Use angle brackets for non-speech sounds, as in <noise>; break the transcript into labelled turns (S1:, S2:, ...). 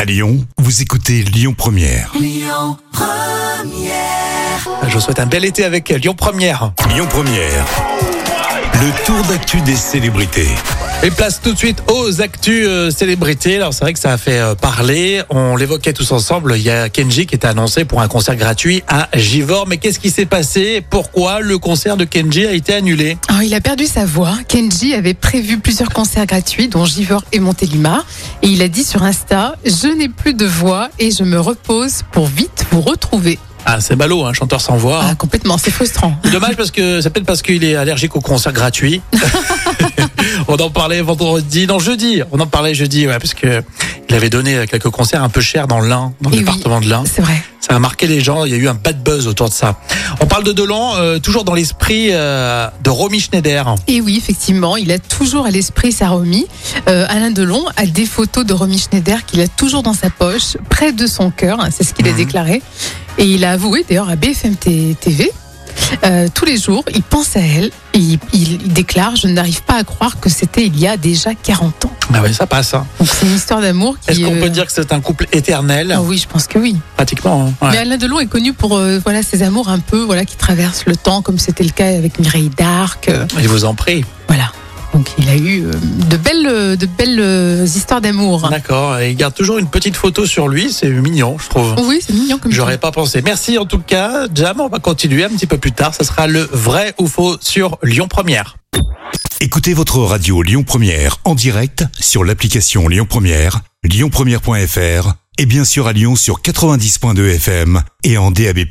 S1: À Lyon, vous écoutez Lyon Première.
S2: Ah, Je vous souhaite un bel été avec Lyon Première.
S1: Lyon Première. Le tour d'actu des célébrités.
S2: Et place tout de suite aux actus euh, célébrités. Alors c'est vrai que ça a fait euh, parler. On l'évoquait tous ensemble. Il y a Kenji qui était annoncé pour un concert gratuit à Givor. Mais qu'est-ce qui s'est passé Pourquoi le concert de Kenji a été annulé
S3: Oh, il a perdu sa voix. Kenji avait prévu plusieurs concerts gratuits, dont Givor et Montélimar. Et il a dit sur Insta Je n'ai plus de voix et je me repose pour vite vous retrouver.
S2: Ah c'est ballot, un chanteur sans voix.
S3: Ah,
S2: hein.
S3: complètement, c'est frustrant.
S2: Dommage parce que c'est peut-être parce qu'il est allergique aux concerts gratuits.
S3: <laughs>
S2: on en parlait vendredi, non jeudi. On en parlait jeudi, ouais, parce que il avait donné euh, quelques concerts un peu chers dans l'Ain, dans le
S3: Et oui.
S2: département de l'Ain.
S3: C'est vrai.
S2: Ça a marqué les gens, il y a eu un bad buzz autour de ça. On parle de Dolan, euh, toujours dans l'esprit euh, de Romy Schneider.
S3: Et oui, effectivement, il a toujours à l'esprit sa Romy. Euh, Alain Delon a des photos de Romy Schneider qu'il a toujours dans sa poche, près de son cœur, hein, c'est ce qu'il a
S2: Mhm.
S3: déclaré. Et il a avoué d'ailleurs à BFM T- TV, euh, tous les jours, il pense à elle et il, il déclare Je n'arrive pas à croire que c'était il y a déjà 40 ans.
S2: Ah ouais, ça passe. hein.
S3: Donc c'est une histoire d'amour qui.
S2: Est-ce qu'on
S3: euh,
S2: peut dire que c'est un couple éternel
S3: ah oui, je pense que oui.
S2: Pratiquement. hein. Ouais.
S3: Mais Alain Delon est connu pour euh, voilà ses amours un peu voilà qui traversent le temps, comme c'était le cas avec Mireille Darc. euh,
S2: Je vous en prie.
S3: Voilà. Donc il a eu euh, de belles, euh, de belles euh, histoires d'amour.
S2: D'accord. Et il garde toujours une petite photo sur lui. C'est mignon, je trouve.
S3: Oui, c'est mignon comme
S2: J'aurais pas pensé. Merci en tout cas, Jam. On va continuer un petit peu plus tard. Ça sera le vrai ou faux sur Lyon Première.
S1: Écoutez votre radio Lyon Première en direct sur l'application Lyon Première, lyonpremière.fr et bien sûr à Lyon sur 90.2 FM et en DAB+.